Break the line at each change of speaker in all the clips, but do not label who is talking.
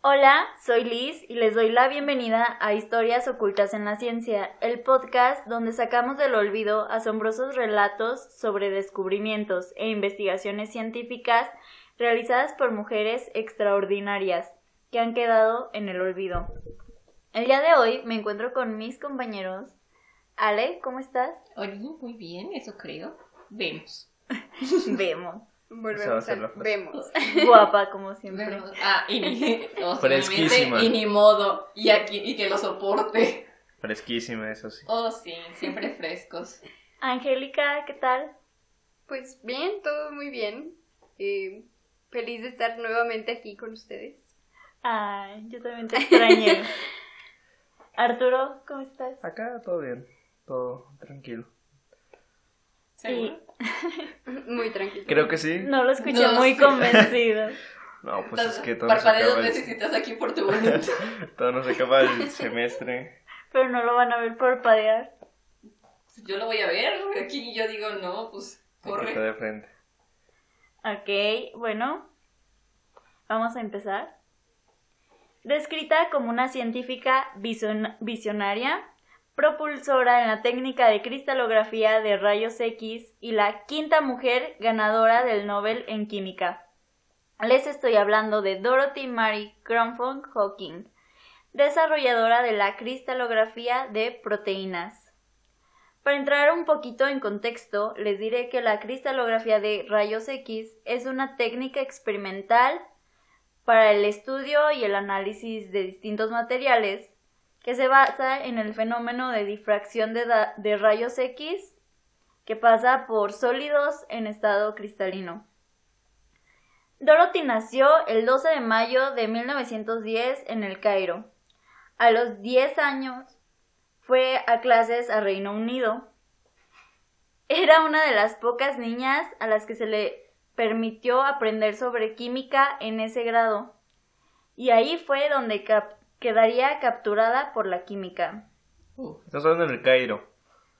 Hola, soy Liz y les doy la bienvenida a Historias Ocultas en la Ciencia, el podcast donde sacamos del olvido asombrosos relatos sobre descubrimientos e investigaciones científicas realizadas por mujeres extraordinarias que han quedado en el olvido. El día de hoy me encuentro con mis compañeros. Ale, ¿cómo estás?
Oli, muy bien, eso creo. Vemos.
Vemos.
Esa va a
Volvemos
ser
al-
la frase.
Vemos.
Guapa, como siempre.
Vemos. Ah, y ni, o sea,
Fresquísima.
y ni modo. Y aquí, y que lo soporte.
Fresquísima, eso sí.
Oh, sí, siempre frescos.
Angélica, ¿qué tal?
Pues bien, todo muy bien. Eh, feliz de estar nuevamente aquí con ustedes.
Ay, yo también te extrañé. Arturo, ¿cómo estás?
Acá todo bien, todo tranquilo.
¿Seguro?
Muy tranquilo.
Creo que sí.
No lo escuché
No,
muy
sí.
convencido.
No, pues es que todo nos
Parpadea dos
acaba
veces y
el,
estás aquí por tu voluntad.
todo nos acaba el semestre.
Pero no lo van a ver por padear.
Yo lo voy a ver aquí y yo digo, no, pues
Aquí Está
corre.
de frente.
Ok, bueno. Vamos a empezar. Descrita como una científica vision- visionaria, propulsora en la técnica de cristalografía de rayos X y la quinta mujer ganadora del Nobel en Química. Les estoy hablando de Dorothy Mary Cromford Hawking, desarrolladora de la cristalografía de proteínas. Para entrar un poquito en contexto, les diré que la cristalografía de rayos X es una técnica experimental para el estudio y el análisis de distintos materiales que se basa en el fenómeno de difracción de, da- de rayos X que pasa por sólidos en estado cristalino. Dorothy nació el 12 de mayo de 1910 en El Cairo. A los 10 años fue a clases a Reino Unido. Era una de las pocas niñas a las que se le permitió aprender sobre química en ese grado. Y ahí fue donde cap- quedaría capturada por la química.
Estamos hablando del Cairo.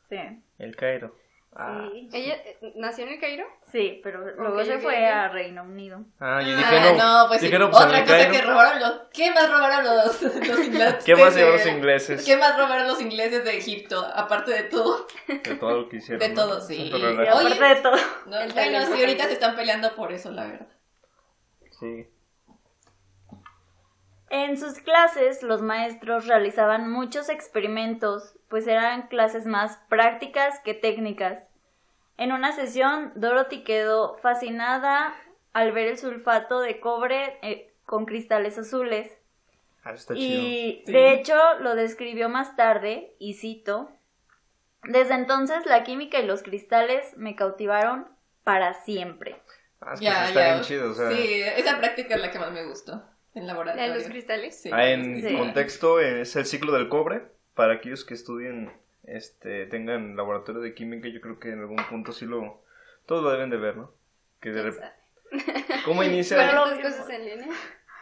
Sí.
El Cairo. Ah,
Sí.
¿Ella eh, nació en el Cairo?
Sí, pero luego
Ok,
se
ok,
fue
ok.
a Reino Unido.
Ah, yo dije
Ah,
no.
no, pues sí.
dije, no, pues, en
Otra
el
cosa
Cairo.
que robaron los. ¿Qué más robaron los, los ingleses?
¿Qué más llevan los
de-
ingleses?
¿Qué más robaron los ingleses de Egipto? Aparte de todo.
De todo lo que hicieron.
De
¿no?
todo, sí.
Con
Y
relajo.
Oye.
aparte de todo.
No,
El
bueno,
talento.
sí, ahorita se están peleando por eso, la verdad.
Sí.
En sus clases los maestros realizaban muchos experimentos, pues eran clases más prácticas que técnicas. En una sesión, Dorothy quedó fascinada al ver el sulfato de cobre eh, con cristales azules.
Ah, eso está chido.
Y
Sí.
de hecho lo describió más tarde, y cito, desde entonces la química y los cristales me cautivaron para siempre.
Ah, es que eso está bien chido, o sea.
Sí, esa práctica es la que más me gustó. En
¿La de
laboratorio.
los cristales?
Sí.
Ah, en
Sí.
contexto eh, es el ciclo del cobre. Para aquellos que estudien, este, tengan laboratorio de química, yo creo que en algún punto sí lo, todos lo deben de ver, ¿no? Que de rep- ¿Cómo inicia?
Bueno,
Pero-
estas cosas en línea.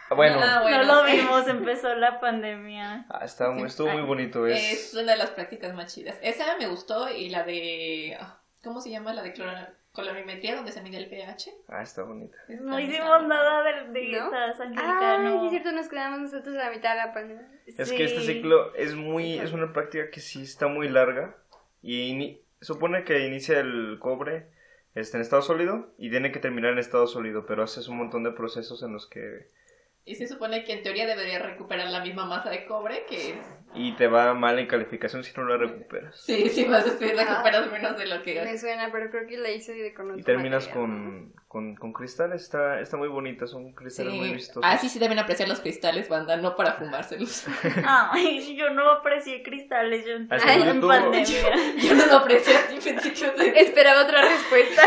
Ah, bueno,
Ah, bueno,
no lo
sí.
vimos, empezó la pandemia.
ah, está muy- estuvo muy bonito.
Es
Es,
una de las prácticas más chidas. Esa me gustó y la de. ah, ¿Cómo se llama? La de cloro- colorimetría, donde se mide el pH.
ah, está bonita.
Esa
No
también
hicimos
está-
nada de, de
¿No?
esas, Angélica,
Ah,
no.
es cierto, nos quedamos nosotros a la mitad de la pandemia.
Es
Sí.
que este ciclo es muy, es una práctica que sí está muy larga y ini- supone que inicia el cobre este, en estado sólido y tiene que terminar en estado sólido, pero haces un montón de procesos en los que
Y se supone que en teoría debería recuperar la misma masa de cobre que es.
Y te va mal en calificación si no la recuperas.
Sí, sí, vas a decir, recuperas menos de lo
Ah. Me
que.
suena, pero creo que la hice de con
Y
otro
terminas
material, ¿no?
con, con, con cristales, está, está muy bonita, son cristales muy
Sí.
vistosos.
Ah, sí, sí deben apreciar los cristales, banda, no para fumárselos.
Ay, yo no aprecié cristales, yo entré
Hasta
en
YouTube.
pandemia.
Yo no lo aprecié así, pensé que
Esperaba otra respuesta.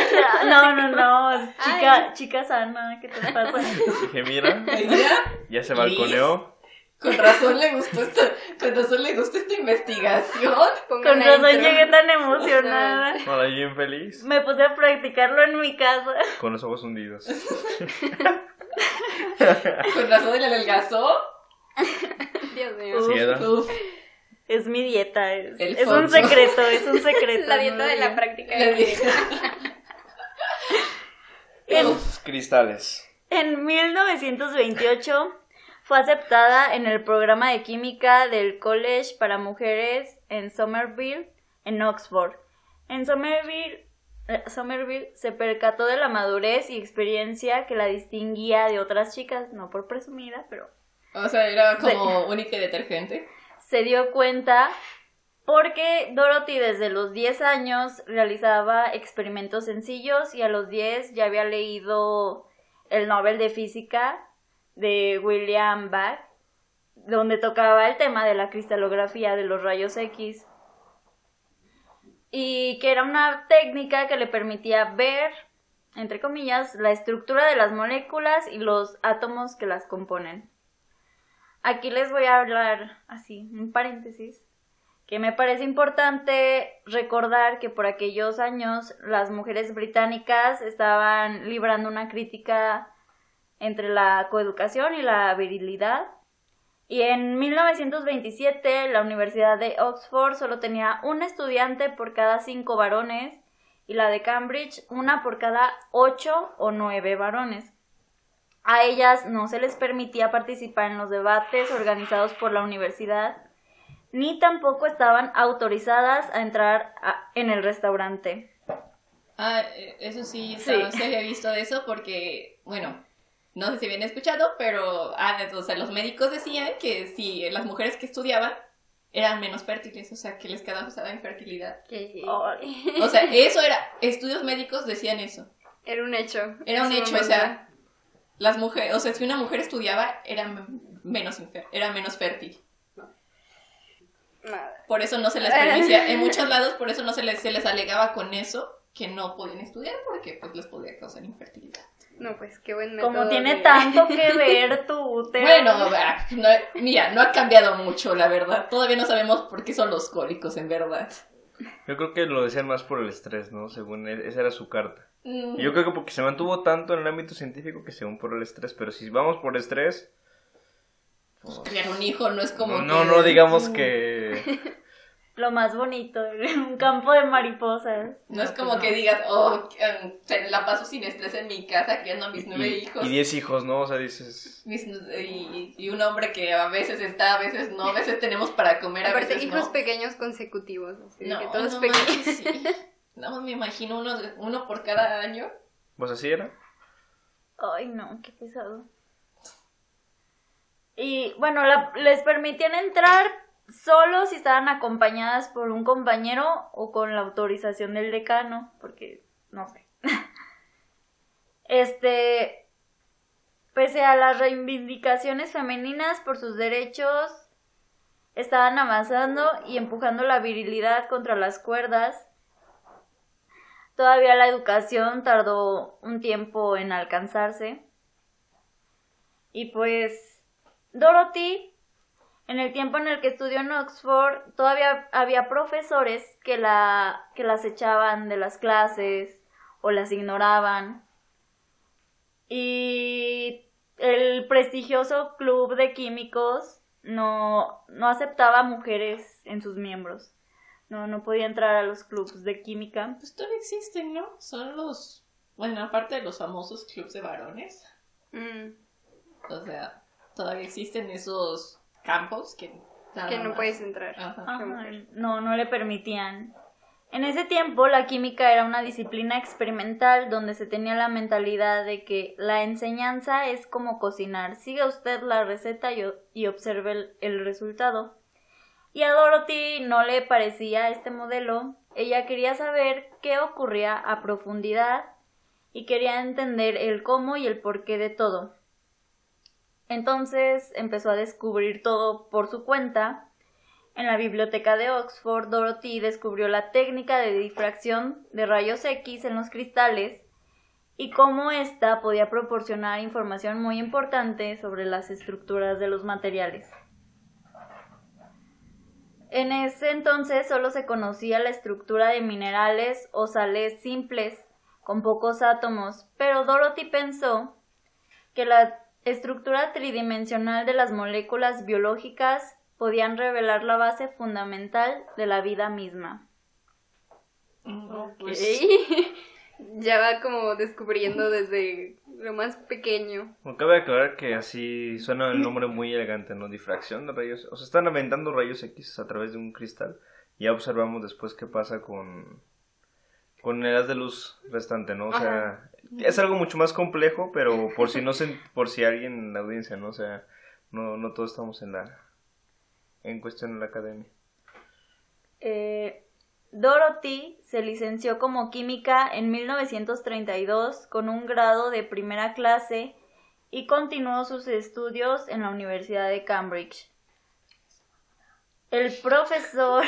No, no, no, chica, chica sana, ¿qué te pasa?
Dije, mira,
Mira,
ya se
Liz.
balconeó.
Con razón le gustó esta, con razón le gustó esta investigación.
Pongo
Con
una
razón
intro.
llegué tan emocionada.
Hola, bien feliz.
Me puse a practicarlo en mi casa.
Con los ojos hundidos.
Con razón le adelgazó.
Dios mío.
Uf,
Sí, ¿verdad?
Uf,
es mi dieta, es,
El
es un
fondo.
secreto, es un secreto.
La dieta
¿no?
de la práctica.
le dije.
En-
Los cristales.
En 1928 Fue aceptada en el programa de química del College para Mujeres en Somerville, en Oxford. En Somerville, eh, Somerville se percató de la madurez y experiencia que la distinguía de otras chicas, no por presumida, pero
O sea, era como única y detergente.
se dio cuenta porque Dorothy desde los 10 años realizaba experimentos sencillos y a los 10 ya había leído el Nobel de Física de William Bach, donde tocaba el tema de la cristalografía de los rayos X y que era una técnica que le permitía ver, entre comillas, la estructura de las moléculas y los átomos que las componen. Aquí les voy a hablar así, un paréntesis, que me parece importante recordar que por aquellos años las mujeres británicas estaban librando una crítica entre la coeducación y la virilidad. Y en 1927 la Universidad de Oxford solo tenía un estudiante por cada cinco varones y la de Cambridge una por cada ocho o nueve varones. A ellas no se les permitía participar en los debates organizados por la universidad, ni tampoco estaban autorizadas a entrar a- en el restaurante.
Ah, eh, eso sí,
Sí.
se se había visto de eso porque, bueno, no sé si habían escuchado, pero ah, o sea, los médicos decían que si las mujeres que estudiaban eran menos fértiles, o sea, que les quedaba usada infertilidad.
Que
Ay.
O sea, eso era, estudios médicos decían eso.
era un hecho.
Era un
en su
hecho, o
momento.
sea, las mujeres, o sea, si una mujer estudiaba era m- menos infer- era menos fértil.
Madre.
Por eso no se les permitía, en muchos lados por eso no se les, se les alegaba con eso que no podían estudiar porque pues les podía causar infertilidad.
No, pues qué buen método.
Como tiene
de-
tanto que ver tu útero.
Bueno, va, no- mira, no ha cambiado mucho, la verdad. Todavía no sabemos por qué son los cólicos, en verdad.
Yo creo que lo decían más por el estrés, ¿no? Según él, esa era su carta.
Mm,
Y Yo creo que porque se mantuvo tanto en el ámbito científico que según por el estrés, pero si vamos por estrés,
Criar un hijo no es como.
no,
que-
no digamos que...
Lo más bonito, un campo de mariposas.
No es como que digas, oh, que, um, se la paso sin estrés en mi casa criando a mis nueve
Y,
hijos.
y diez hijos, ¿no? O sea, dices...
Mis- y, y un hombre que a veces está, a veces no, a veces tenemos para comer, a
Aparte,
veces
hijos
no.
pequeños consecutivos. Así de
No,
que todos
no
pequeños.
manches, sí. No, me imagino uno, uno por cada año.
Pues así era.
Ay, no, qué pesado. Y bueno, la- les permitían entrar solo si estaban acompañadas por un compañero o con la autorización del decano, porque no sé. Este, pese a las reivindicaciones femeninas por sus derechos, estaban avanzando y empujando la virilidad contra las cuerdas. Todavía la educación tardó un tiempo en alcanzarse. Y pues Dorothy, en el tiempo en el que estudió en Oxford, todavía había profesores que, la, que las echaban de las clases o las ignoraban. Y el prestigioso club de químicos no, no aceptaba mujeres en sus miembros. No, no podía entrar a los clubs de química.
Pues todavía existen, ¿no? Son los. Bueno, aparte de los famosos clubs de varones.
Mm,
O sea, todavía existen esos campos que. nada
que no
más-
puedes Ah, entrar.
Ajá.
Ajá,
mujer.
no, no le permitían. En ese tiempo la química era una disciplina experimental donde se tenía la mentalidad de que la enseñanza es como cocinar, siga usted la receta y, o- y observe el, el resultado. Y a Dorothy no le parecía este modelo, ella quería saber qué ocurría a profundidad y quería entender el cómo y el porqué de todo. Entonces empezó a descubrir todo por su cuenta en la biblioteca de Oxford, Dorothy descubrió la técnica de difracción de rayos X en los cristales y cómo ésta podía proporcionar información muy importante sobre las estructuras de los materiales. En ese entonces solo se conocía la estructura de minerales o sales simples con pocos átomos, pero Dorothy pensó que la estructura tridimensional de las moléculas biológicas podían revelar la base fundamental de la vida misma.
Mm,
Ok.
pues,
ya va como descubriendo desde lo más pequeño.
Bueno, cabe aclarar que así suena el nombre muy elegante, ¿no? Difracción de rayos. O sea, están aventando rayos X a través de un cristal. Y ya observamos después qué pasa con, con el haz de luz restante, ¿no? O sea, es algo mucho más complejo, pero por si no se, por si alguien en la audiencia, ¿no? O sea, no, no todos estamos en la en cuestión en la academia.
Eh, Dorothy se licenció como química en 1932 con un grado de primera clase y continuó sus estudios en la Universidad de Cambridge. El profesor,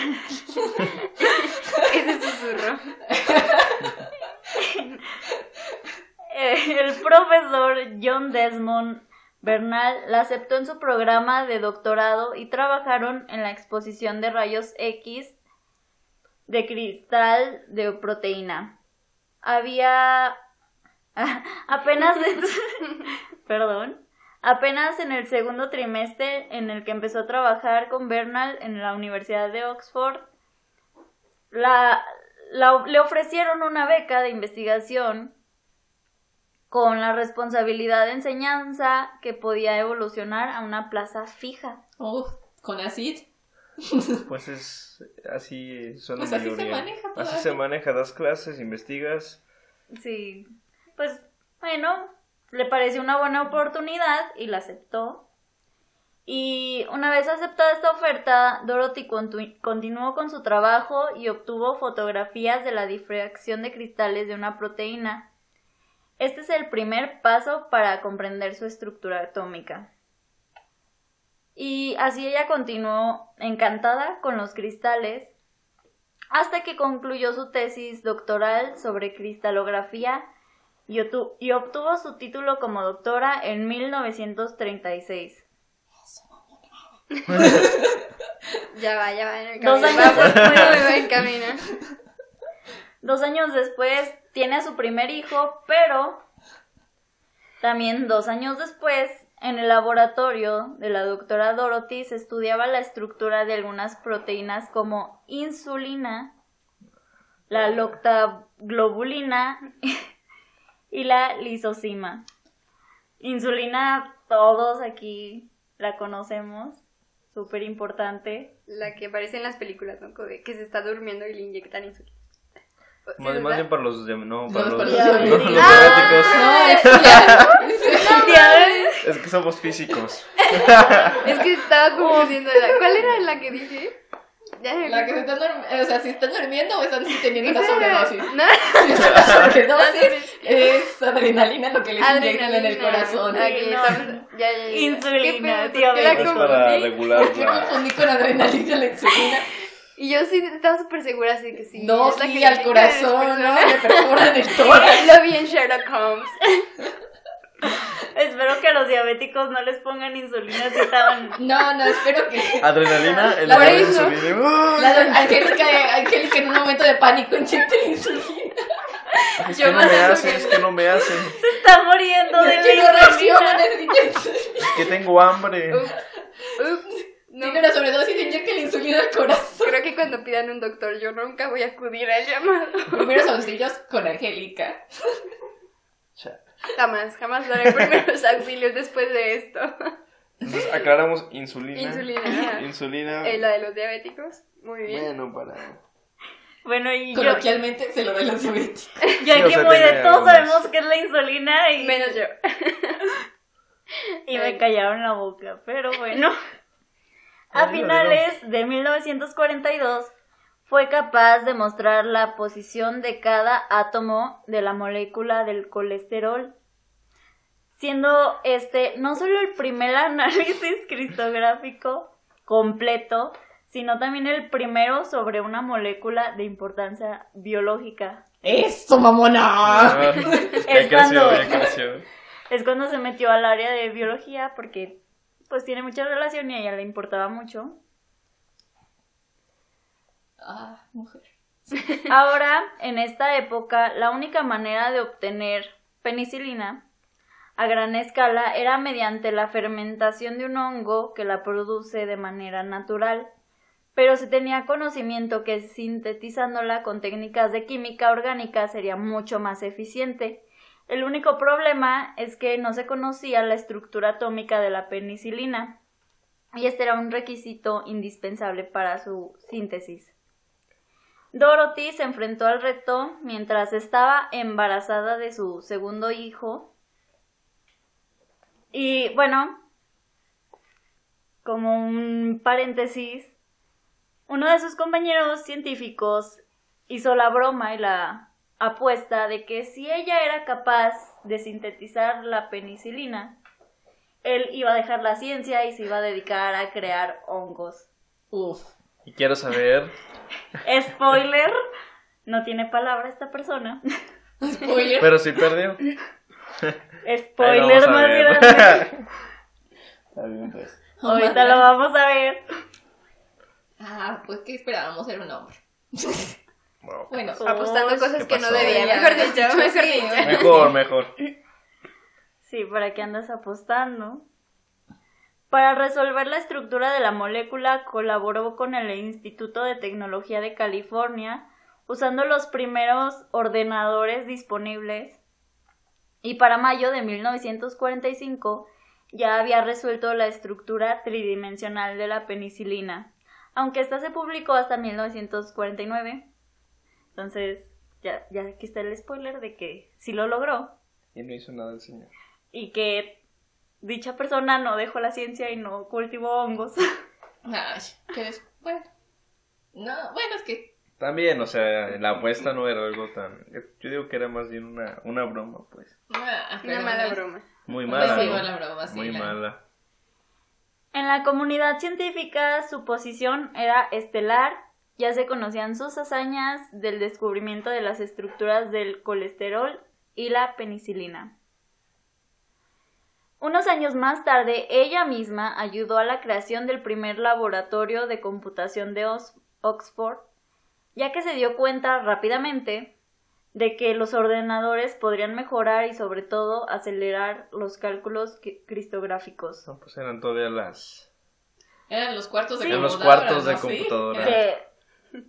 Ese susurro.
Eh, el profesor John Desmond Bernal la aceptó en su programa de doctorado y trabajaron en la exposición de rayos X de cristal de proteína. Había apenas perdón, apenas en el segundo trimestre en el que empezó a trabajar con Bernal en la Universidad de Oxford, la- la- le ofrecieron una beca de investigación con la responsabilidad de enseñanza que podía evolucionar a una plaza fija.
Uf, con acid.
Pues es así suena
Pues
la
así se
mayoría.
maneja
Así
todavía.
se maneja, das clases, investigas.
Sí, pues bueno, le pareció una buena oportunidad y la aceptó. Y una vez aceptada esta oferta, Dorothy contu- continuó con su trabajo y obtuvo fotografías de la difracción de cristales de una proteína. Este es el primer paso para comprender su estructura atómica. Y así ella continuó encantada con los cristales hasta que concluyó su tesis doctoral sobre cristalografía y, otu- y obtuvo su título como doctora en 1936.
Ya va, ya va en el camino.
Dos
va,
años
por-
después.
va en el camino.
Dos años después tiene a su primer hijo, pero también dos años después, en el laboratorio de la doctora Dorothy se estudiaba la estructura de algunas proteínas como insulina, la loctaglobulina y la lisocima. Insulina, todos aquí la conocemos, súper importante.
La que aparece en las películas, ¿no? Como de Que se está durmiendo y le inyectan insulina. Sí,
Más,
¿verdad?
más bien para los de- no, para
No, para
los,
los
no,
diabéticos.
los diabéticos.
No,
Ah,
es ya.
Es que somos físicos.
Es que estaba confundiendo la... ¿Cuál era la que dije? Ya me
La que se
acuerdo.
están durmiendo, o sea, si están durmiendo o están teniendo una
Esa era-
sobredosis.
No,
Si es una sobredosis, es adrenalina lo que les inyectan en el
Adrenalina.
corazón.
Ah,
Sí,
que
no.
estaba- ya, ya, ya, ya.
Insulina,
¿Qué pedo? ¿Por qué la
diabetes.
Es para
confundí?
regular
Yo
la...
confundí con adrenalina la insulina.
Y yo sí estaba súper segura, así que sí.
no,
es la que
sí,
le
al
inyectan a las
corazón, ¿no?
personas.
Me perforan el tórax.
Lo vi en Sherlock Holmes.
Espero que a los diabéticos no les pongan insulina si estaban
No, no, espero que...
Adrenalina, el
La
lugar de
verdad,
¿no?
subir, ¡ah!
La don- Angélica, Angélica en un momento de pánico inyecta insulina.
Es
yo
que no
más
me
lo
hacen,
que-
es que no me hacen.
está muriendo de
Es que no
la
reacciona,
insulina.
necesita insulina.
Es que tengo hambre.
Ups. Ups. No,
Tiene una sobredosis y inyecta la insulina al corazón.
creo que cuando pidan un doctor, yo nunca voy a acudir al llamado.
Primeros auxilios con Angélica.
Cha.
Jamás, jamás daré primeros auxilios después de esto.
Entonces aclaramos insulina.
Insulina.
Insulina.
Eh, la de los diabéticos. Muy bien.
Bueno, para...
Bueno, y yo,
Coloquialmente se lo de los diabéticos.
ya
Sí, o
que
sea,
muy de
tiene
todos
algunas.
sabemos que es la insulina y,
Menos yo.
y me callaron la boca, pero bueno. A
Dilo, dilo.
finales de 1942 fue capaz de mostrar la posición de cada átomo de la molécula del colesterol, siendo este no solo el primer análisis cristográfico completo, sino también el primero sobre una molécula de importancia biológica.
¡Eso, mamona!
Ah, ya creció,
cuando-
ya creció.
es cuando se metió al área de biología porque pues tiene mucha relación y a ella le importaba mucho.
Ah, mujer.
Ahora, en esta época, la única manera de obtener penicilina a gran escala era mediante la fermentación de un hongo que la produce de manera natural, pero se tenía conocimiento que sintetizándola con técnicas de química orgánica sería mucho más eficiente El único problema es que no se conocía la estructura atómica de la penicilina y este era un requisito indispensable para su síntesis. Dorothy se enfrentó al reto mientras estaba embarazada de su segundo hijo y bueno, como un paréntesis, uno de sus compañeros científicos hizo la broma y la apuesta de que si ella era capaz de sintetizar la penicilina, él iba a dejar la ciencia y se iba a dedicar a crear hongos.
Uf.
Y quiero saber.
Spoiler, no tiene palabra esta persona.
Spoiler.
Pero sí perdió.
Spoiler
Ahí lo vamos
más
a ver.
grande.
Está bien, pues.
Ahorita lo vamos a ver.
Ah, pues que esperábamos ser un hombre.
Wow.
Bueno,
Apostando cosas
¿qué
que no
pasó?
debía,
Oh, Ya,
mejor dicho,
sí,
mejor
sí.
dicho.
Mejor, mejor.
Sí, ¿para qué andas apostando? Para resolver la estructura de la molécula colaboró con el Instituto de Tecnología de California usando los primeros ordenadores disponibles y para mayo de 1945 ya había resuelto la estructura tridimensional de la penicilina, aunque esta se publicó hasta 1949. Entonces, ya, ya aquí está el spoiler de que sí lo logró
Y no hizo nada el señor.
y que dicha persona no dejó la ciencia y no cultivó hongos.
Ay, que des- Bueno. No, bueno, es que.
También, o sea, la apuesta no era algo tan. Yo digo que era más bien una, una broma, pues.
ah,
Una
pero
mala
bueno.
broma.
Muy
Pues
mala.
sí,
¿no?
mala broma, sí,
Muy
la-
mala.
En la comunidad científica su posición era estelar, ya se conocían sus hazañas del descubrimiento de las estructuras del colesterol y la penicilina. Unos años más tarde, ella misma ayudó a la creación del primer laboratorio de computación de Os- Oxford, ya que se dio cuenta rápidamente de que los ordenadores podrían mejorar y sobre todo acelerar los cálculos qui- cristográficos.
No, pues eran todavía las.
Eran los cuartos de
Sí.
Eran los
computadora,
cuartos de
¿no? Sí.
computadora.
Era-
que,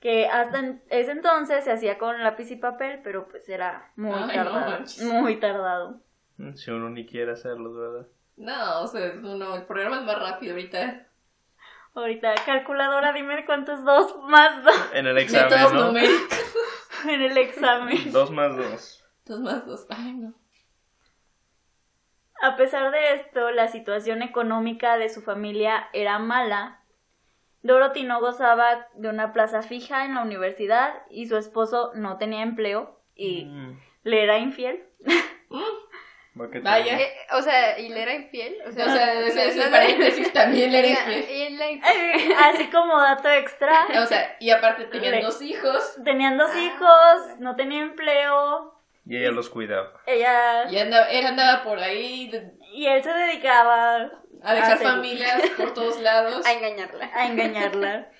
que hasta en- ese entonces se hacía con lápiz y papel, pero pues era muy
Ay, no
tardado.
manches.
muy tardado.
Mm, Si uno ni quiere hacerlo, ¿verdad?
No, o sea, uno, el programa es más rápido ahorita.
Ahorita, calculadora, dime cuántos dos más dos
En el
Métodos
examen, ¿no?
numéricos.
en el examen.
Dos más dos.
Dos más dos. Ay, no.
A pesar de esto, la situación económica de su familia era mala. Dorothy no gozaba de una plaza fija en la universidad y su esposo no tenía empleo y
Mm,
le era infiel.
va que te-
Vaya.
Eh, o sea, ¿y le era infiel? O
O
sea,
sea,
no,
ese, ese
no, no,
paréntesis también le eres
era-
fiel.
y él la infiel.
Así como dato extra,
O sea, y aparte tenían
Le-
dos hijos
Tenían dos hijos, no tenía empleo,
Y ella los cuidaba.
ella
y andaba, él andaba por ahí de-
y él se dedicaba
a dejar
Ah, sí.
familias por todos lados.
A engañarla.
a engañarla.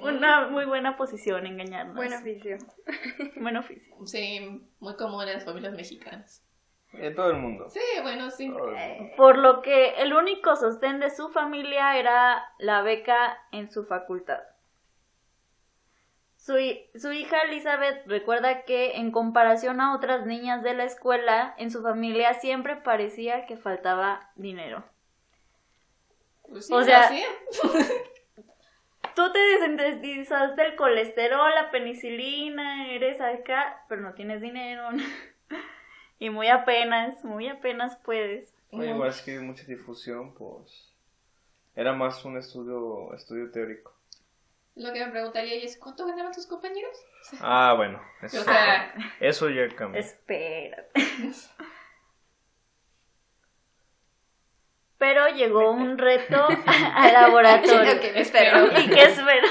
Una muy buena posición engañarnos.
Buen oficio.
Buen oficio.
Sí, muy común en las familias mexicanas.
En todo el mundo.
Sí, bueno, sí.
Todo el mundo.
Por lo que el único sostén de su familia era la beca en su facultad. Su, hi- su hija Elizabeth recuerda que en comparación a otras niñas de la escuela, en su familia siempre parecía que faltaba dinero.
Pues sí,
O
lo
sea-
hacía.
Tú te desentendizas del colesterol, la penicilina, eres acá, pero no tienes dinero. y muy apenas, muy apenas puedes.
No, igual es que mucha difusión, pues. Era más un estudio estudio teórico.
Lo que me preguntaría ella es, ¿cuánto ganaban tus compañeros?
Ah, bueno.
O
Eso,
Ah.
sea,
eso ya cambió.
Espera. pero llegó un reto al laboratorio.
Lo que me espero.
¿Y qué espero?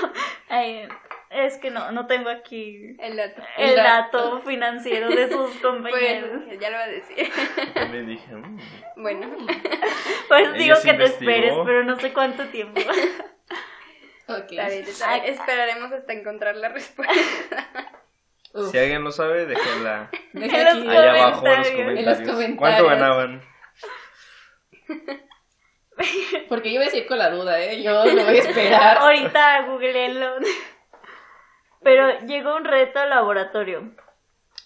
Ay, es que no, no tengo aquí
El dato.
el
El dato.
dato financiero de sus compañeros.
Bueno, ya lo va a decir.
Yo También dije. mm,
Bueno,
Pues
Ella
digo
se
que te
investigó.
esperes, pero no sé cuánto tiempo.
ok.
está bien, está bien. Esperaremos hasta encontrar la respuesta.
Uf,
Si alguien lo sabe, déjenla
deja aquí-
En los
allá abajo en los
comentarios.
comentarios.
En los comentarios.
¿Cuánto ganaban?
Porque yo voy a decir con la duda, ¿eh? Yo lo voy a esperar.
Ahorita googleenlo. Pero llegó un reto al laboratorio.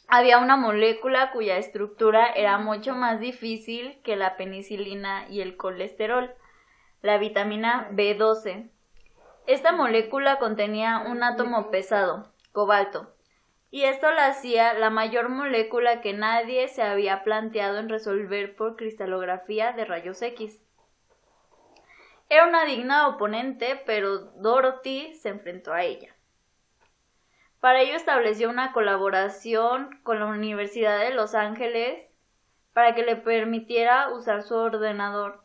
había una molécula cuya estructura era mucho más difícil que la penicilina y el colesterol, la vitamina B12. Esta molécula contenía un átomo pesado, cobalto, y esto la hacía la mayor molécula que nadie se había planteado en resolver por cristalografía de rayos X. Era una digna oponente, pero Dorothy se enfrentó a ella. Para ello estableció una colaboración con la Universidad de Los Ángeles para que le permitiera usar su ordenador,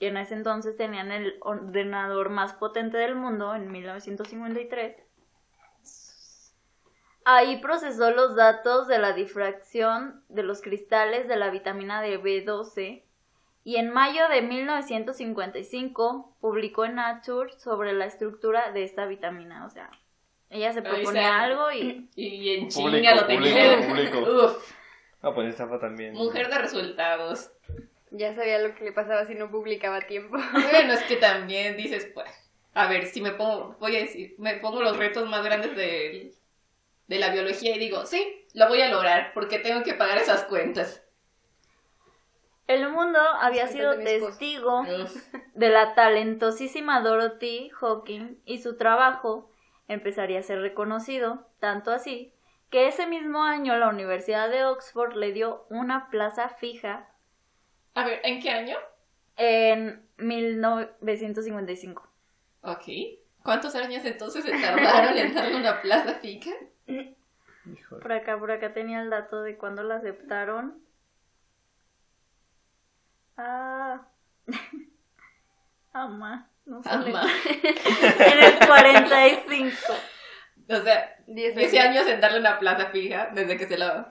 que en ese entonces tenían el ordenador más potente del mundo en 1953. Ahí procesó los datos de la difracción de los cristales de la vitamina de B12 y en mayo de 1955 publicó en Nature sobre la estructura de esta vitamina, o sea, ella se
Ahí
proponía
está.
algo y
Y en
Público,
chinga lo tenía.
público, público.
Uf,
Ah, pues estafa también.
mujer de resultados.
Ya sabía lo que le pasaba si no publicaba a tiempo.
Bueno, es que también dices, pues, a ver, si me pongo, voy a decir, me pongo los retos más grandes de, de la biología y digo, sí, lo voy a lograr porque tengo que pagar esas cuentas.
El mundo había
Las
sido
cuentas de mi esposo.
testigo
Uf,
de la talentosísima Dorothy Hawking y su trabajo empezaría a ser reconocido, tanto así que ese mismo año la Universidad de Oxford le dio una plaza fija
A ver, ¿en qué año?
en 1955.
Ok. ¿Cuántos años entonces se tardaron en darle una plaza fija?
Híjole.
Por acá, por acá tenía el dato de cuando la aceptaron. Ah. Amá, no sale.
Ama.
En el 45.
O sea,
Diez
10 años en darle una plaza fija desde que se lo...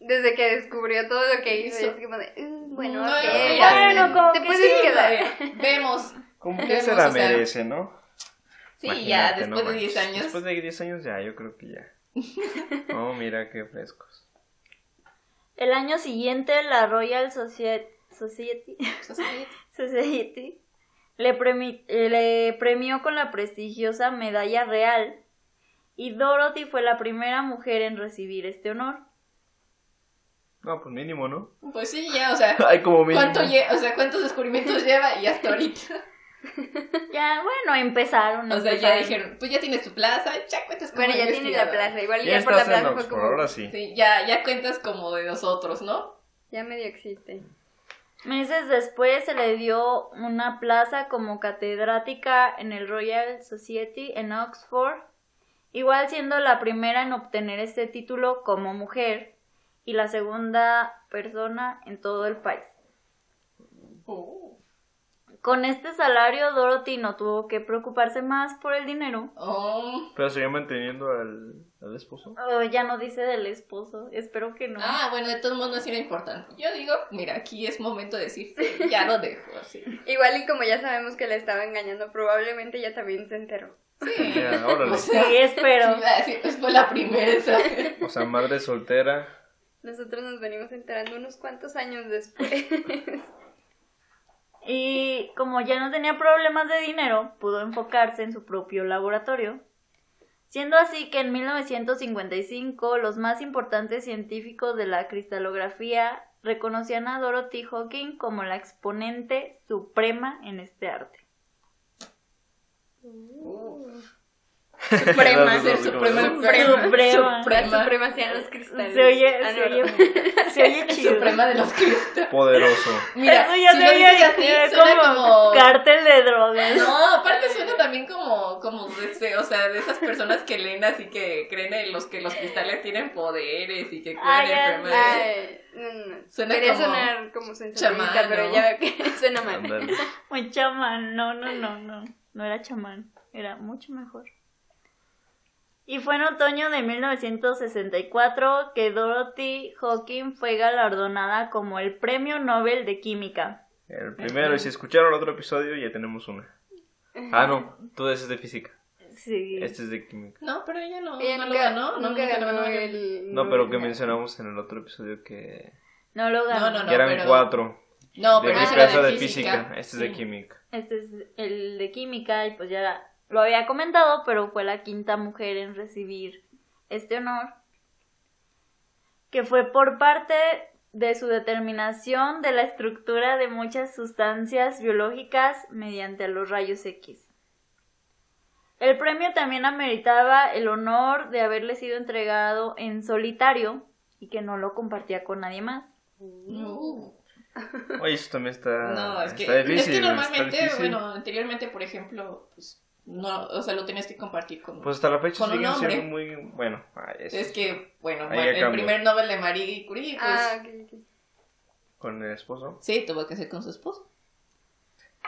Desde que descubrió todo lo que hizo.
Hizo.
y es como de, "Mm, bueno,
No,
ok,
ya,
ya,
bueno,
te-
como
te
que
puedes
Sí,
quedar.
madre, Vemos.
Como que
Vemos,
se la
o sea,
merece, ¿no?
Sí, ya,
Imagínate,
después
no
de 10
manches.
años.
Después de 10 años ya, yo creo que ya. Oh, mira qué frescos.
El año siguiente, la Royal Societ- Society, Society le, premi- eh, le premió con la prestigiosa Medalla Real y Dorothy fue la primera mujer en recibir este honor.
No, pues mínimo, ¿no?
Pues sí, ya, o sea,
Ay, como mínimo.
¿cuánto lle- o sea, ¿cuántos descubrimientos lleva y hasta ahorita?
Ya, bueno, empezaron.
O sea, ya
empezaron.
dijeron, pues ya tienes tu plaza, ya cuentas como
Bueno, ya tiene la
investigadora.
plaza. Igual
Ya
ya por la
estás en
plaza fue
Oxford,
como.
ahora sí.
Sí, ya, ya cuentas como de nosotros, ¿no?
Ya medio existe.
Meses después se le dio una plaza como catedrática en el Royal Society en Oxford, igual siendo la primera en obtener este título como mujer y la segunda persona en todo el país.
Oh,
Con este salario Dorothy no tuvo que preocuparse más por el dinero.
Oh.
Pero seguía manteniendo al, al esposo.
Oh, ya no dice del esposo, espero que no.
Ah, bueno, de todos modos no es importante. Yo digo, mira, aquí es momento de decir, sí, ya lo dejo, así.
Igual y como ya sabemos que la estaba engañando, probablemente ya también se enteró.
Ya, órale.
O sea,
Sí, espero.
iba a decir, pues fue la primera, ¿sabes?
O sea, madre soltera.
Nosotros nos venimos enterando unos cuantos años después.
Y como ya no tenía problemas de dinero, pudo enfocarse en su propio laboratorio. Siendo así que en 1955 los más importantes científicos de la cristalografía reconocían a Dorothy Hawking como la exponente suprema en este arte.
Suprema.
Así
Ser
como,
suprema,
"Uh".
suprema,
Suprema.
La
suprema,
supremacía de los cristales.
Se oye,
Ah, no,
se
no.
oye, se oye chido.
suprema de los cristales.
Poderoso.
Mira,
Eso ya
si
se
lo
oye
dices así,
eh,
suena
como,
como...
cártel de drogas.
No, aparte suena también como, como de, ese- o sea, de esas personas que leen así que creen en los que los cristales tienen poderes y que curan
Ay,
enfermedades.
Ay, no, no, no.
Suena
Quería
como
sonar como sensacionalista,
chamán,
pero
¿no?
ya que suena mal.
Ándale.
Muy chamán, no, no, no, no. No era chamán, era mucho mejor. Y fue en otoño de 1964 que Dorothy Hawking fue galardonada como el Premio Nobel de Química.
El primero, y si escucharon el otro episodio, ya tenemos una. Ah, no, tú ese es de física.
Sí.
Este es de química.
No, pero ella no,
Ella
no lo
nunca,
ganó. no,
nunca
lo
ganó
ella.
el...
No, pero que
Nobel.
mencionamos en el otro episodio que,
No lo ganó.
No, no,
que eran
pero-
cuatro.
No,
de
pero
mi
ese
plaza
era
de física. Este es de
Sí.
química.
Este es el de Química y pues ya lo había comentado, pero fue la quinta mujer en recibir este honor. que fue por parte de su determinación de la estructura de muchas sustancias biológicas mediante los rayos X. El premio también ameritaba el honor de haberle sido entregado en solitario y que no lo compartía con nadie más.
No,
Oye, eso también está,
es que,
está difícil.
es que
está
normalmente,
difícil.
bueno, anteriormente, por ejemplo, pues, no, o sea, lo tenías que compartir con...
Pues hasta la fecha
con un
siguen siendo
hombre.
muy... Bueno, ay, es-
es que, bueno,
Ahí ya
el
cambió.
primer Nobel de Marie Curie, pues,
Ah, ok, ok.
con el esposo.
sí, tuvo que ser con su esposo.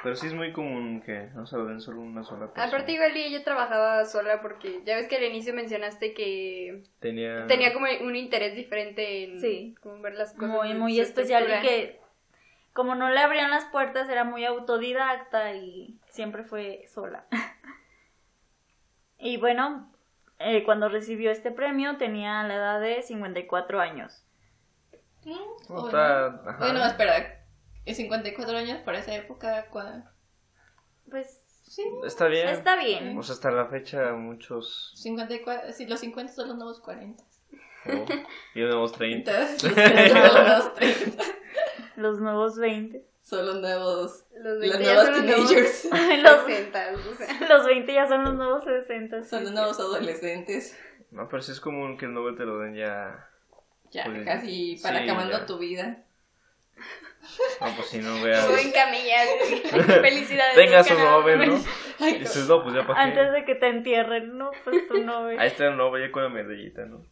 Pero sí es muy común que no se lo den solo una sola persona.
Aparte igual y ella trabajaba sola porque ya ves que al inicio mencionaste que
tenía...
tenía como un interés diferente en
Sí.
como ver las cosas.
Muy,
en
muy
su
especial y
estructura.
que como no le abrían las puertas era muy autodidacta y siempre fue sola. y bueno, eh, cuando recibió este premio tenía la edad de 54 años.
Mm,
No,
bueno.
está- ajá.
Bueno, espera, es 54 años para esa época, cua-
Pues
sí,
Está bien.
está bien.
O sea, hasta la fecha muchos...
54, sí, los 50 son los nuevos 40.
oh, y unos 30.
Entonces, los 30 son los 30,
Los nuevos 20.
son los nuevos,
los
los
20 ya
nuevos
son los nuevos
teenagers,
los,
60, o sea.
los 20 ya son los nuevos 60. sí,
son los
sí.
nuevos adolescentes,
No, pero sí es común que el Nobel te lo den ya...
ya
Pues,
casi para
sí,
acabando
ya.
tu vida.
No, pues si no veas...
Todo en camilla. Felicidades.
Tenga
nunca
su
nada,
Nobel,
bueno.
¿no? Y dices, no, pues ya para qué.
Antes de que te entierren, no, pues tú no ves.
Ahí está el Nobel ya con la medallita, ¿no?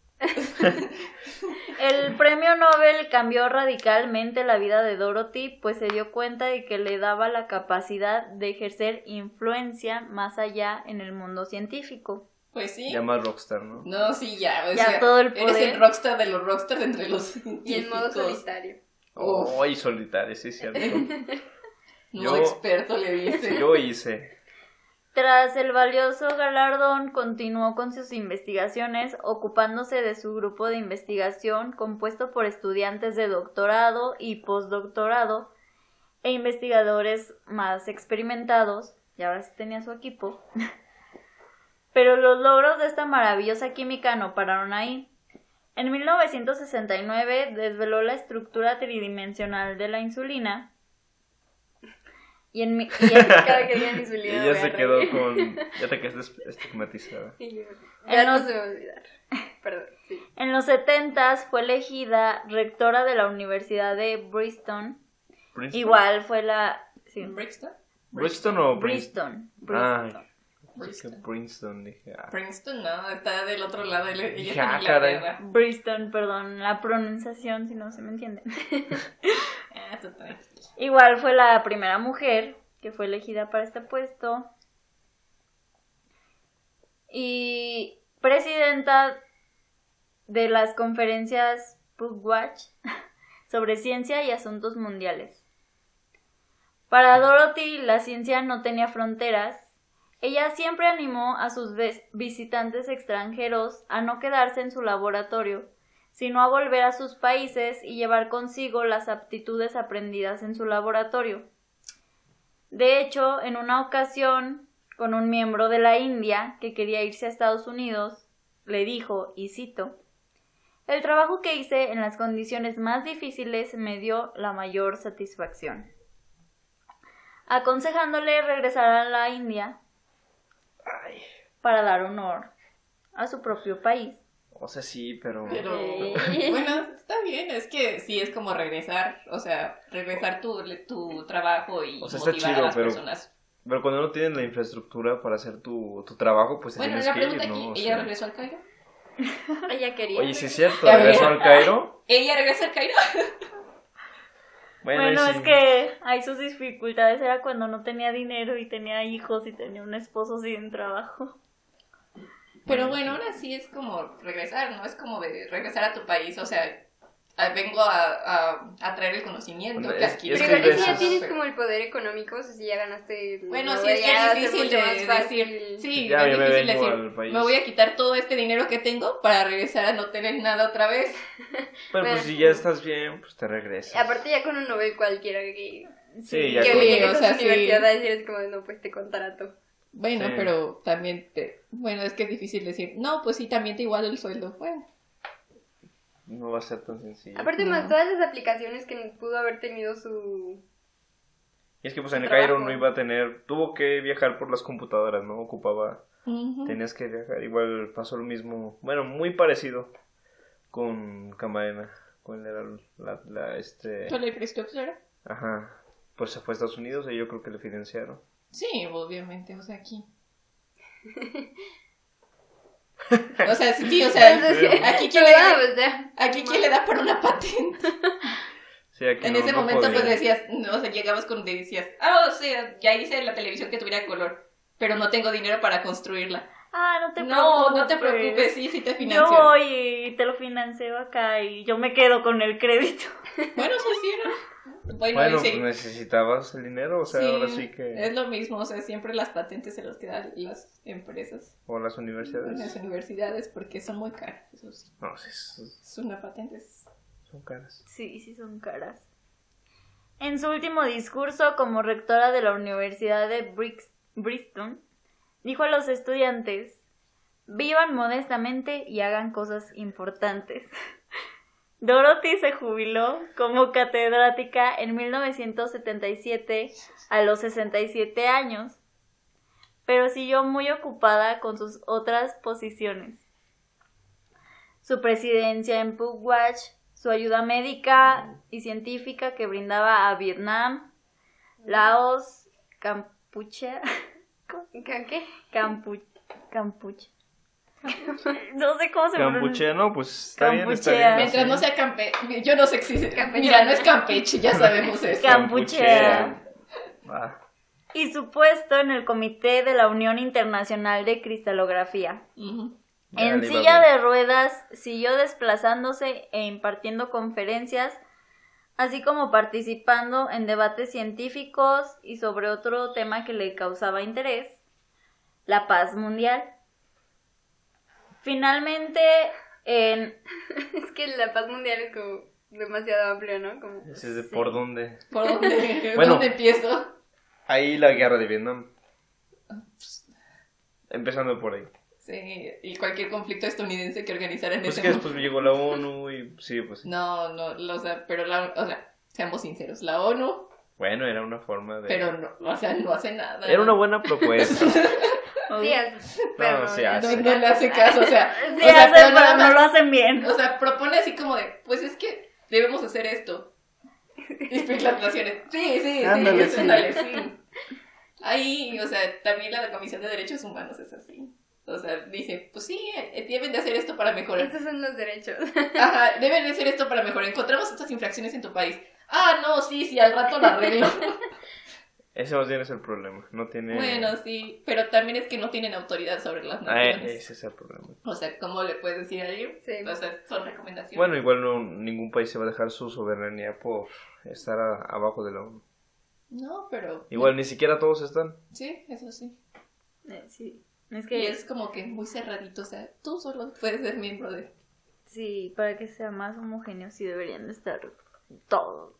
El premio Nobel cambió radicalmente la vida de Dorothy, pues se dio cuenta de que le daba la capacidad de ejercer influencia más allá en el mundo científico.
Pues sí.
Ya más rockstar, ¿no?
No, sí, ya. O
Ya
sea,
todo el
Eres
poder.
el rockstar de los rockstars entre los científicos.
Y en modo solitario.
Uf.
Oh, y solitario, sí, cierto.
Modo
Yo-
experto le dice.
Yo hice.
Tras el valioso galardón, continuó con sus investigaciones, ocupándose de su grupo de investigación compuesto por estudiantes de doctorado y postdoctorado e investigadores más experimentados, y ahora sí tenía su equipo. Pero los logros de esta maravillosa química no pararon ahí. En 1969 desveló la estructura tridimensional de la insulina. Y en, mi- y en-
Cada que digan
Y
insulina.
ella se quedó con. Ya te quedaste estigmatizada.
Ya
En
no
los-
se me va a olvidar. Perdón, sí.
En los 70 fue elegida rectora de la Universidad de Bristol.
¿Princeton?
Igual fue la. sí,
¿Brixton?
¿Bristol o Princeton?
Bristol.
Ay.
Bristol.
Pensé que
Bristol.
Princeton, dije. ah.
Princeton, no, está del otro lado. Ella
Ya,
está en
"Ah, caray.
Inglaterra.
Bristol, perdón, la pronunciación, si no se me entiende.
Ah, tú tranquila.
Igual fue la primera mujer que fue elegida para este puesto. Y presidenta de las conferencias Pugwatch sobre ciencia y asuntos mundiales. Para Dorothy, la ciencia no tenía fronteras. Ella siempre animó a sus ves- visitantes extranjeros a no quedarse en su laboratorio, sino a volver a sus países y llevar consigo las aptitudes aprendidas en su laboratorio. De hecho, en una ocasión, con un miembro de la India que quería irse a Estados Unidos, le dijo, y cito, El trabajo que hice en las condiciones más difíciles me dio la mayor satisfacción. Aconsejándole regresar a la India para dar honor a su propio país.
O sea, sí, pero.
Pero.
Ok.
Bueno, está bien. Es que sí, es como regresar. O sea, regresar tu, tu trabajo y
O sea, está
motivar
chido,
a las
pero-
personas.
Pero cuando no tienes la infraestructura para hacer tu, tu trabajo, pues te
Bueno,
tienes
la
que
pregunta
ir,
aquí:
¿no? O
¿ella
sea,
regresó al Cairo?
Ella quería.
Oye, sí es cierto,
Ya
regresó
ves.
al Cairo.
¿Ella regresó al Cairo?
Bueno,
Bueno,
ahí
es
sí.
que hay sus dificultades. Era cuando no tenía dinero y tenía hijos y tenía un esposo sin trabajo.
Pero bueno, ahora sí es como regresar, ¿no? Es como de regresar a tu país, o sea, a- vengo a, a, a traer el conocimiento
Bueno,
que
es-
adquirí.
es
Pero
que hay
igual y si ya
veces-
tienes como el poder económico, o sea, si ya ganaste. el
Bueno, sí,
Nobel,
es que
ya va a
es
ser
difícil
mucho
de
más fácil.
decir. Sí,
Ya,
es
yo me
difícil
vengo
decir.
al país.
Me voy a quitar todo este dinero que tengo para regresar a no tener nada otra vez.
Pero pues
Bueno.
si ya estás bien, pues te regresas.
Aparte, ya con un Nobel cualquiera que.
Sí, ya
que
con-
llegue
o
con
sea,
su
sí.
universidad a decir, es como, no, pues te contrato.
Bueno,
Sí.
pero también, te- bueno, es que es difícil decir, no, pues sí, también te igualo el sueldo. Bueno,
no va a ser tan sencillo.
Aparte,
No.
más todas las aplicaciones que pudo haber tenido su.
Y es que pues en el
Trabajo.
Cairo no iba a tener, tuvo que viajar por las computadoras, ¿no? Ocupaba,
Ujú.
tenías que viajar. Igual pasó lo mismo, bueno, muy parecido con Camarena, con la, la, la, este,
¿Con la infraestructura?
ajá, pues se fue a Estados Unidos y yo creo que le financiaron.
Sí, obviamente, o sea, aquí. o sea, sí, o sea,
Entonces,
aquí quién le
toda,
da,
o sea,
aquí quién le da para una patente.
Sí, aquí
En
no-
ese
no
momento, pues
podía.
decías, no, o sea, llegabas con, decías, ah, o sea, ya hice la televisión que tuviera color, pero no tengo dinero para construirla.
Ah, no te
no,
preocupes. pues.
no te preocupes, sí, sí te
Yo
financio.
voy y te lo financio acá y yo me quedo con el crédito.
Bueno, eso sí era. Bueno,
Bueno,
dice-
pues necesitabas el dinero, o sea,
sí,
ahora sí que...
Es lo mismo, o sea, siempre las patentes se las quedan las empresas,
O las
las
universidades.
universidades, porque son muy caras, eso sí.
No, sí, son-
Es una patente. es-
son caras.
Sí, sí son caras. En su último discurso como rectora de la Universidad de Brix- Bristol, dijo a los estudiantes, vivan modestamente y hagan cosas importantes. Dorothy se jubiló como catedrática en 1977 a los 67 años, pero siguió muy ocupada con sus otras posiciones su presidencia en Pugwatch, su ayuda médica y científica que brindaba a Vietnam, Laos, Campuchea,
¿qué- pues, ¿qué?
Campu, Campuche. No sé cómo se pronuncia.
Campuchea, no, pues está bien, está bien.
Campuchea.
Mientras no sea campe... Yo no sé si se-
Campeche.
Mira, no es Campeche, ya sabemos eso.
Campuchea.
Ah,
Y su puesto en el Comité de la Unión Internacional de Cristalografía.
Ujú.
ya
en
le iba
silla
bien.
de ruedas siguió desplazándose e impartiendo conferencias, así como participando en debates científicos y sobre otro tema que le causaba interés, la paz mundial. Finalmente, en...
Es que la paz mundial es como demasiado amplio, ¿no? Como...
Ese es de por dónde.
¿Por dónde,
Bueno.
dónde empiezo?
Ahí la guerra de Vietnam.
Ah, pues,
Empezando por ahí.
Sí, y cualquier conflicto estadounidense que organizaran en
Pues
ese
que
momento.
después llegó la ONU y sí, pues sí.
No, no, lo- o sea, pero la, o sea, seamos sinceros, la ONU,
Bueno, era una forma de...
pero no, o sea, no hace nada.
Era una buena propuesta.
Sí, así, pero
no, se
ya.
No,
hace.
no le hace caso, o sea,
Sí
o sea,
hacen,
pero
pero
nada
no
más-
lo hacen bien.
O sea, propone así como de, pues es que debemos hacer esto. Y explica las naciones. Sí, sí, sí,
Ándale,
ándale,
sí.
sí. Ahí, o sea, también la Comisión de Derechos Humanos es así. O sea, dice, pues sí, eh, deben de hacer esto para mejorar.
Esos son los derechos.
Ajá, deben de hacer esto para mejorar. Encontramos estas infracciones en tu país. Ah, no, sí, sí, al rato lo arreglo.
Ese más bien es el problema. No tiene...
bueno, sí, pero también es que no tienen autoridad sobre las
Ah,
naciones.
ese es el problema.
O sea, ¿cómo le puedes decir a alguien?
Sí.
O sea, son recomendaciones.
Bueno, igual no, ningún país se va a dejar su soberanía por estar a- abajo de la ONU.
No, pero...
Igual ni siquiera todos están.
Sí, eso sí.
Eh, sí. Es
Y
que
es como que muy cerradito, o sea, tú solo puedes ser miembro de...
sí, para que sea más homogéneo, sí deberían de estar todos.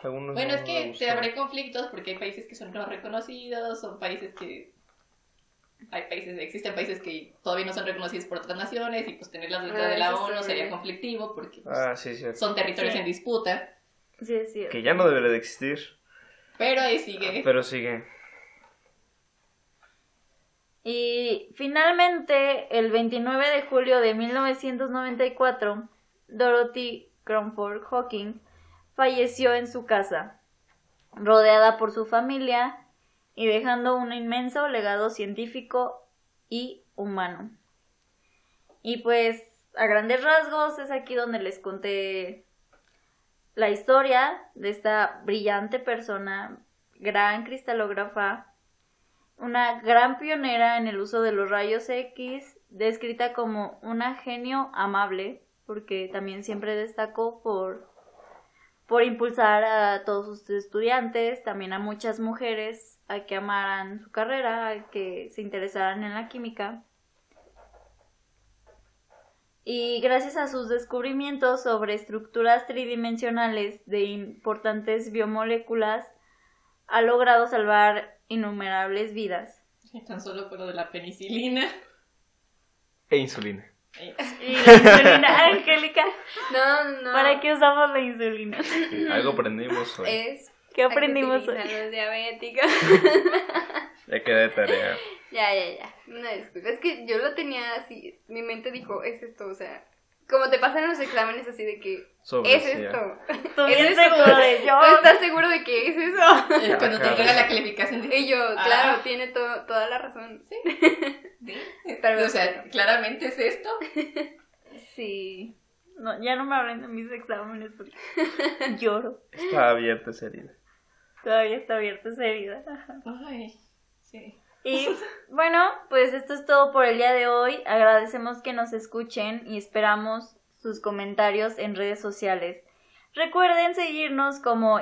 Algunos
Bueno,
no
es que
les
te
gusta.
habrá conflictos porque hay países que son no reconocidos, son países que... Hay países, existen países que todavía no son reconocidos por otras naciones y pues tenerlas dentro
Ah,
de la
eso
ONU
sí.
sería conflictivo porque pues,
Ah, sí, sí.
son territorios
Sí.
en disputa,
Sí, es cierto.
Que ya no debería de existir.
pero ahí sigue.
Pero sigue.
Y finalmente, el 29 de julio de 1994, Dorothy Cromford Hawking falleció en su casa, rodeada por su familia y dejando un inmenso legado científico y humano. Y pues, a grandes rasgos, es aquí donde les conté la historia de esta brillante persona, gran cristalógrafa, una gran pionera en el uso de los rayos X, descrita como una genio amable, porque también siempre destacó por, por impulsar a todos sus estudiantes, también a muchas mujeres, a que amaran su carrera, a que se interesaran en la química. Y gracias a sus descubrimientos sobre estructuras tridimensionales de importantes biomoléculas, ha logrado salvar innumerables vidas.
Tan solo por lo de la penicilina.
E insulina.
Eh,
Y Y la insulina, Angélica,
No, no, no.
¿para qué usamos la insulina?
Algo aprendimos hoy.
Es.
¿Qué aprendimos
a
hoy?
los diabéticos.
Ya queda de tarea.
ya, ya, ya. Una disculpa. Es que yo lo tenía así. Mi mente dijo, es esto, o sea. Como te pasan los exámenes así de que.
Sobre
es
sí, ya.
esto.
Tú bien
¿Es eso?
seguro de yo.
¿Tú estás seguro de que es eso?
Eh, Cuando te
Ajá.
llega la calificación de...
Y yo,
Ah.
claro, tiene to- toda la razón.
Sí.
Pero-
o sea, claramente es esto.
Sí.
No, ya no me hablen de mis exámenes porque lloro.
Está abierta esa herida.
Todavía está abierta esa herida. Ajá.
Ay, sí.
Y bueno, pues esto es todo por el día de hoy. Agradecemos que nos escuchen y esperamos sus comentarios en redes sociales. Recuerden seguirnos como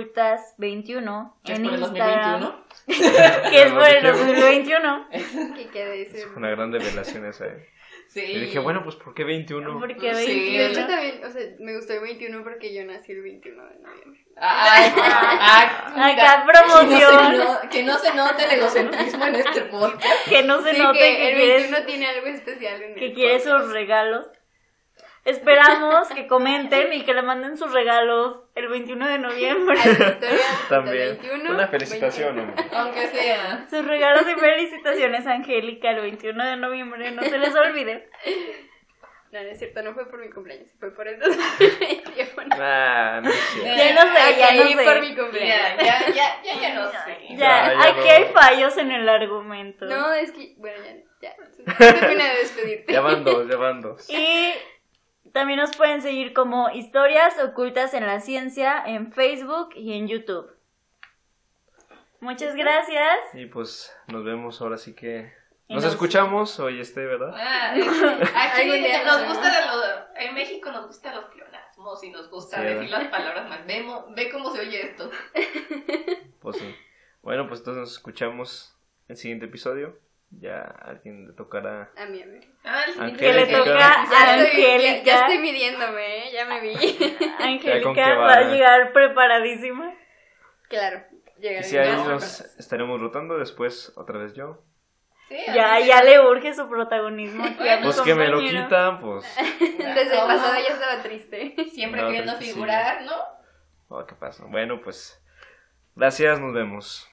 historias-ocultas21
¿Qué es
en
por el
Instagram,
2021?
que es por el
Lo dije,
2021,
Que quede
Es
ese.
una gran revelación esa. eh.
Sí.
Y dije, bueno, pues ¿por qué 21?
porque
Sí,
De
21
hecho también, o sea, me gustó el 21 porque yo nací el 21 de noviembre.
Ay, ah,
Acá
mira,
promoción.
Que no, se no- que no se note el egocentrismo en este podcast.
que no se
Así
note
que
que
el
quieres
21 tiene algo especial en
que
el
quiere
podcast.
sus regalos. Esperamos que comenten y que le manden sus regalos el 21 de noviembre.
A la Victoria,
También.
21,
Una felicitación, hombre.
Aunque sea.
Sus regalos y felicitaciones, Angélica, el 21 de noviembre. No se les olvide.
20. No, no es cierto, no fue por mi cumpleaños, fue por el 2021.
Ah, no es cierto.
Ya no sé, Ah, ya
Aquí
no
por
sé.
mi cumpleaños.
Mira, ya, ya, ya, ya no sé.
Ya,
Ya, Ah, ya
aquí
no.
hay fallos en el argumento.
No, es que, bueno, ya, ya. Termina de despedirte.
Ya van dos, ya van dos.
Y también nos pueden seguir como Historias Ocultas en la Ciencia en Facebook y en YouTube. Muchas gracias.
Y pues nos vemos ahora sí que...
Y
Nos
nos-
escuchamos hoy este, ¿verdad?
Ah, aquí
Algún día
nos
nos
gusta lo- en México nos gusta los pleonasmos y nos gusta
Sí,
decir
¿verdad?
las palabras mal. Ve, mo- ve cómo se oye esto.
Pues sí. Bueno, pues entonces nos escuchamos en el siguiente episodio. Ya a alguien le tocará...
A mí, a mí.
Ah, el siguiente
Que le
Angélica.
toca a
Ya estoy, ya, ya
Angélica.
estoy midiéndome, ¿eh? ya me vi.
Ya con qué
Angélica va
va.
a llegar preparadísima.
Claro,
Y
llegaré.
si ahí nos estaremos rotando, después otra vez yo.
Sí,
Ya,
así
ya le urge su protagonismo aquí a mi
Pues que me lo
compañero.
quitan, pues...
Desde el
No.
pasado ya estaba triste.
Siempre
No,
queriendo
creo que sí.
figurar, ¿no?
Oh, ¿Qué pasa? Bueno, pues... Gracias, nos vemos.